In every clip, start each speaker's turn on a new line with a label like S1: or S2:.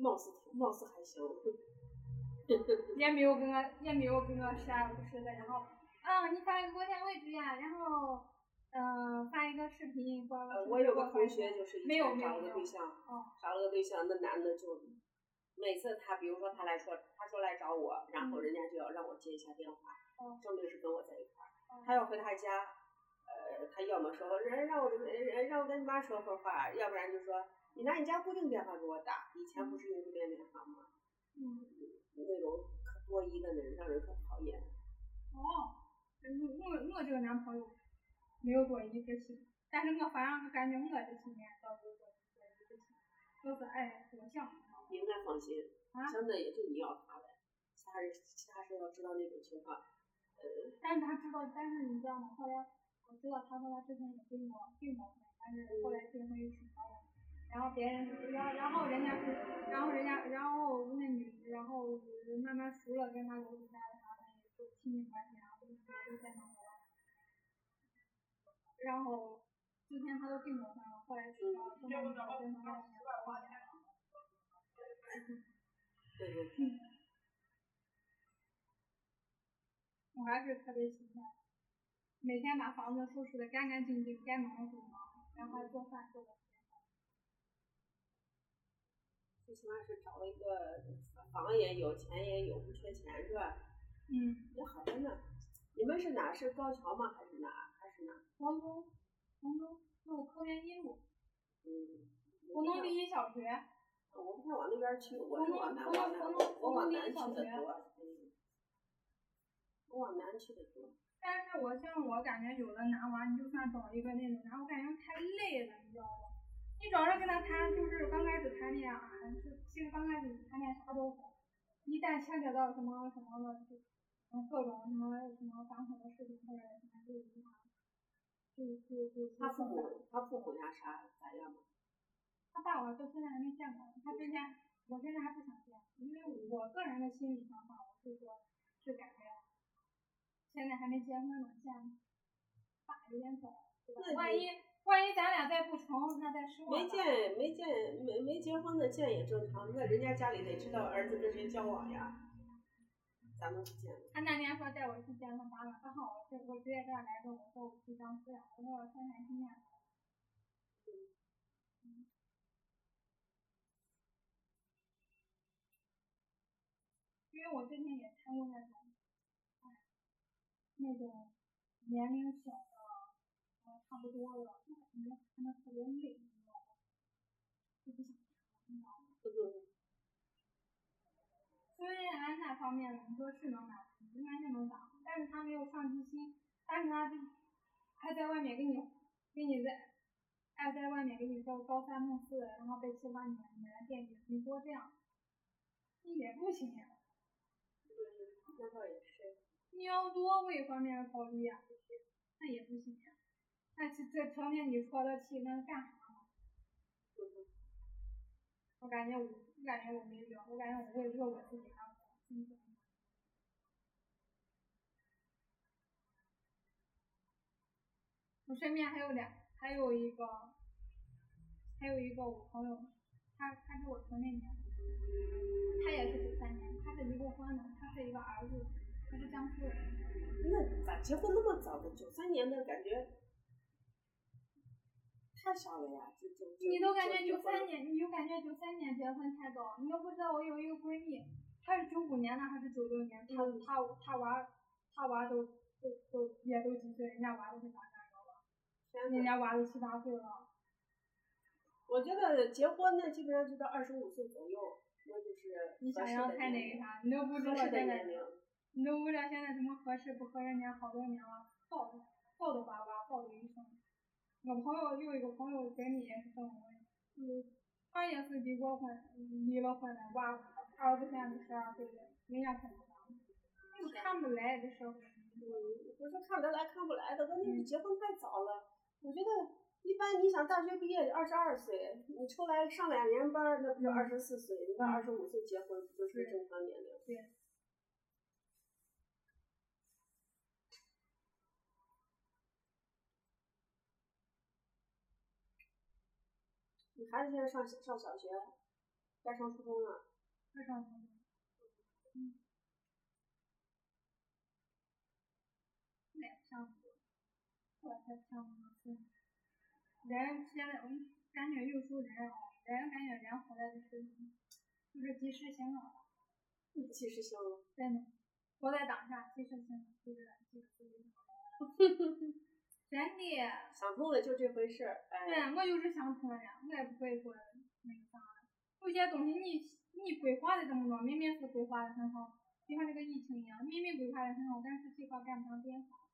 S1: 貌似貌似还行，
S2: 嗯人家没有跟我，人家没有跟我说我说的，然后啊，你发一个国家位置呀，然后嗯、发一个视频，关
S1: 呃，我有个同学就是
S2: 嗯
S1: 以
S2: 没有
S1: 前
S2: 没有
S1: 找
S2: 没
S1: 了个
S2: 有
S1: 对象，
S2: 哦，
S1: 找了个对象，那男的就每次他，比如说他来说，他说来找我，然后
S2: 嗯
S1: 人家就要让我接一下电话，
S2: 哦
S1: 证明是跟我在一块儿。
S2: 哦
S1: 他要回他家，呃，他要么说人让我人让我跟你妈说会儿话，要不然就说你拿你家固定电话给我打，以前不是用这边电话吗？
S2: 嗯，
S1: 那种可多疑的人，让人可讨厌。
S2: 哦，我我我这个男朋友没有过一之情，但是我反正我感觉我这几年倒没有过一之情，就是哎，我想
S1: 你应该放心，
S2: 啊
S1: 真的也就你要他了，其他人其他人要知道那种情况，
S2: 但是他知道，但是你知道吗？后来我知道他说他之前也订过订过婚，但是后来订婚又取消了。然后别人，然后然后人家是，然后人家，然后那女，然后我慢慢熟了，跟他楼底下的啥的也就亲密关系，啊然后就就在那了。然后之前他都订过婚了，后来取消了，跟他跟他跟他
S1: 对对对。
S2: 我还是特别喜欢，每天把房子收拾的干干净净，该忙的都忙，然后还做饭做的。
S1: 最起码是找了一个房也有，钱也有，不缺钱是吧？
S2: 嗯。
S1: 也好着呢。你们是哪？是高桥吗？还是哪？还是哪？
S2: 黄州，黄州路科园一路，
S1: 嗯，我
S2: 红
S1: 不
S2: 东
S1: 太
S2: 第一小学，
S1: 我不太往那边去，我是
S2: 我
S1: 往
S2: 能
S1: 南，
S2: 我
S1: 往
S2: 能
S1: 南，
S2: 我能
S1: 我往南
S2: 我
S1: 去
S2: 能
S1: 的
S2: 理解
S1: 多。嗯，我往南去的多。
S2: 但是我像我感觉有的男娃，你就算找一个那种男，我感觉太累了，你知道吗？你找人跟他谈，就是刚开始谈恋爱啊，就其实刚开始谈恋爱啥都好，一旦牵扯到什么什么了，就嗯各种什么什么反悔的事情或者什么就影响，就就就就
S1: 他父母，他父母家啥咋样嘛？
S2: 他爸我到现在还没见过，他之前我现在还不想见，因为我个人的心理想法，我是说，是感觉现在还没结婚呢，见爸有点早，对吧
S1: 那？你
S2: 万一万一咱俩再不成，那再吃我
S1: 没
S2: 吧
S1: 见没见没没结婚的见也正常，那人家家里得知道儿子跟谁交往呀。咱们不见了，
S2: 他那天说带我去见他妈妈，刚好我这我直接给他来个，我说我去当饲养，我说我生产经验。因为我之前也参过那种，哎，那种年龄小的，呃，差不多了，就感觉他们特别累，你知道吗？就不想谈，你知道吗？虽然那方面你说是能打，应该是能打，但是他没有上进心，但是他就还在外面给你给你在，还在外面给你高高三弄四的，然后被七八年你来惦记，你说这样也不行呀，
S1: 那倒也是。
S2: 你要多为方面考虑呀，那也不行呀，那这这成天你说的气那干啥呢？我感觉我，我感觉我没料，我感觉我为为我自己而活，真的。我身边还有两，还有一个，还有一个我朋友，他他是我同龄的，他也是九三年，他是离过婚的，他是一个儿子，他是江苏人。
S1: 那咋结婚那么早的？九三年的感觉太少了呀！就就就
S2: 你都感觉九
S1: 就结婚
S2: 三年，你就感觉九三年结婚太早，你都不知道我有一个闺蜜，她是九五年的还是九六年，她
S1: 嗯
S2: 她她娃她娃都都都也都几岁，人家娃都是大三高了，
S1: 天
S2: 人
S1: 呐，
S2: 家娃都七八岁了，
S1: 我觉得结婚呢，基本上就到二十五岁左右，那就是
S2: 你想
S1: 合适
S2: 要
S1: 的
S2: 太那
S1: 年
S2: 个
S1: 龄
S2: 啥，你都不知道
S1: 合适的
S2: 现
S1: 年
S2: 在
S1: 龄。
S2: 你都不知道现在什么合适不合适，你好多年了，抱着抱着娃娃抱着一生。我朋友又有一个朋友跟你也是跟我一样，就是他也是离过婚，离了婚的娃儿子现在十二岁了，人家可不当，就看不来这社会。
S1: 嗯，不是看得来看不来的，问题
S2: 嗯
S1: 是结婚太早了。我觉得一般，你想大学毕业二十二岁，你出来上两年班儿，那不就
S2: 嗯
S1: 二十四岁？你到二十五岁结婚，不就是
S2: 对
S1: 正常年龄？
S2: 对。
S1: 你孩子现在上上小学，该上初中了，
S2: 这上头。嗯。来上火，我才上火是。人现在我们感觉有时候人啊，人感觉人活的就是就是及时行乐了，
S1: 其实行了。
S2: 真的，活在当下，及时行乐就是及时行 乐。真的。
S1: 想通了就这回事儿，哎，
S2: 对，我就是想通了呀，我也不会说那个啥了。有些东西你你规划的这么多，明明是规划的很好，就像这个疫情一样，明明规划的很好，但是计划赶不上变化。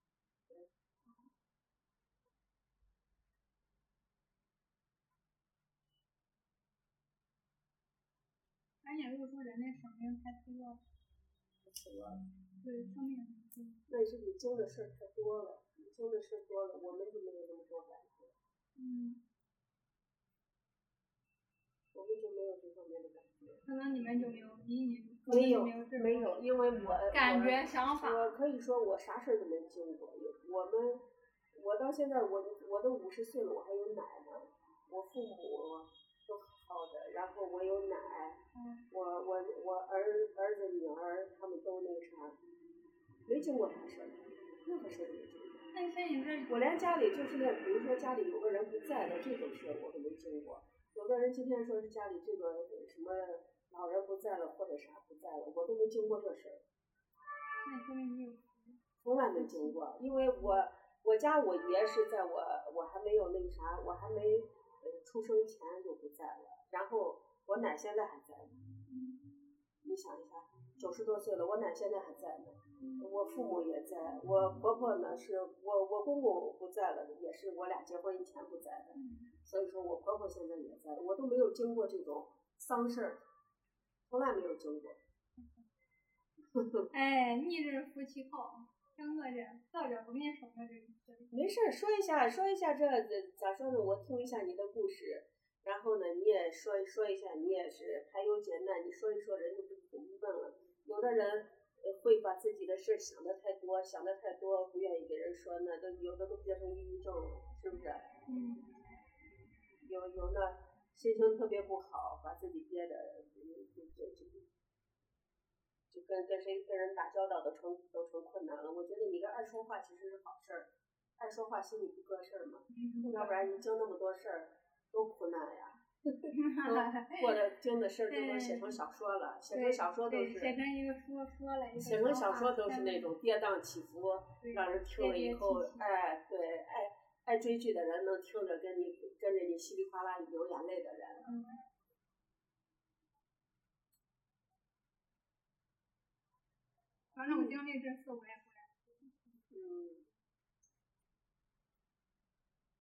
S2: 而且如果说人的生命太脆弱了，对生命很脆弱。
S1: 那是你经的事儿太多了，你经的事儿多了，我们就没有那么多感觉，
S2: 嗯，
S1: 我们就没有这方面的感觉。
S2: 可能你们就没有，你你可能
S1: 没
S2: 就
S1: 有
S2: 没有这，种
S1: 没有，因为我
S2: 感
S1: 我
S2: 觉想法。
S1: 我可以说我啥事儿都没经过，我们我到现在我我都五十岁了，我还有奶呢，我父母都好的，然后我有奶，
S2: 嗯
S1: 我我我儿儿子女儿他们都那啥，没经过啥事儿，任何事儿都没经过。
S2: 那你像你这
S1: 我连家里就是那，比如说家里有个人不在的这种事儿我都没经过。有的人今天说是家里这个什么老人不在了或者啥不在了，我都没经过这事儿。
S2: 那说明你有
S1: 从来没经过，因为我我家我爷是在我我还没有那个啥，我还没呃出生前就不在了，然后我奶现在还在呢。你想一下，九十多岁了，我奶现在还在呢，我父母也在，我婆婆呢是我我公公不在了，也是我俩结婚以前不在的，所以说我婆婆现在也在，我都没有经过这种丧事儿，从来没有经过。
S2: 哎，你这夫妻靠，像我这到这不跟你说我这这
S1: 没事儿，说一下，说一下这咋说呢？我听一下你的故事，然后呢，你也说一说一下，你也是排忧解难，你说一说，人就不苦闷了。有的人呃会把自己的事儿想的太多，想的太多，不愿意给人说，那都有的都变成抑郁症了，是不是？
S2: 嗯，
S1: 有有的心情特别不好，把自己憋的就就就就跟跟谁跟人打交道都成都成困难了。我觉得你这爱说话其实是好事儿，爱说话心里不搁事儿嘛， 要不然你经那么多事儿多苦难呀。
S2: 哎
S1: 或者经的事儿都能写成小说了，写成小说都
S2: 对
S1: 是
S2: 写成一个说说了一个
S1: 写成小说都是那
S2: 种
S1: 种跌宕起伏，让人听了以后
S2: 跌跌，
S1: 哎，对，爱爱追剧的人能听着跟你跟着你稀里哗啦流眼泪的人，
S2: 嗯
S1: 嗯
S2: 反正我经历这次我也不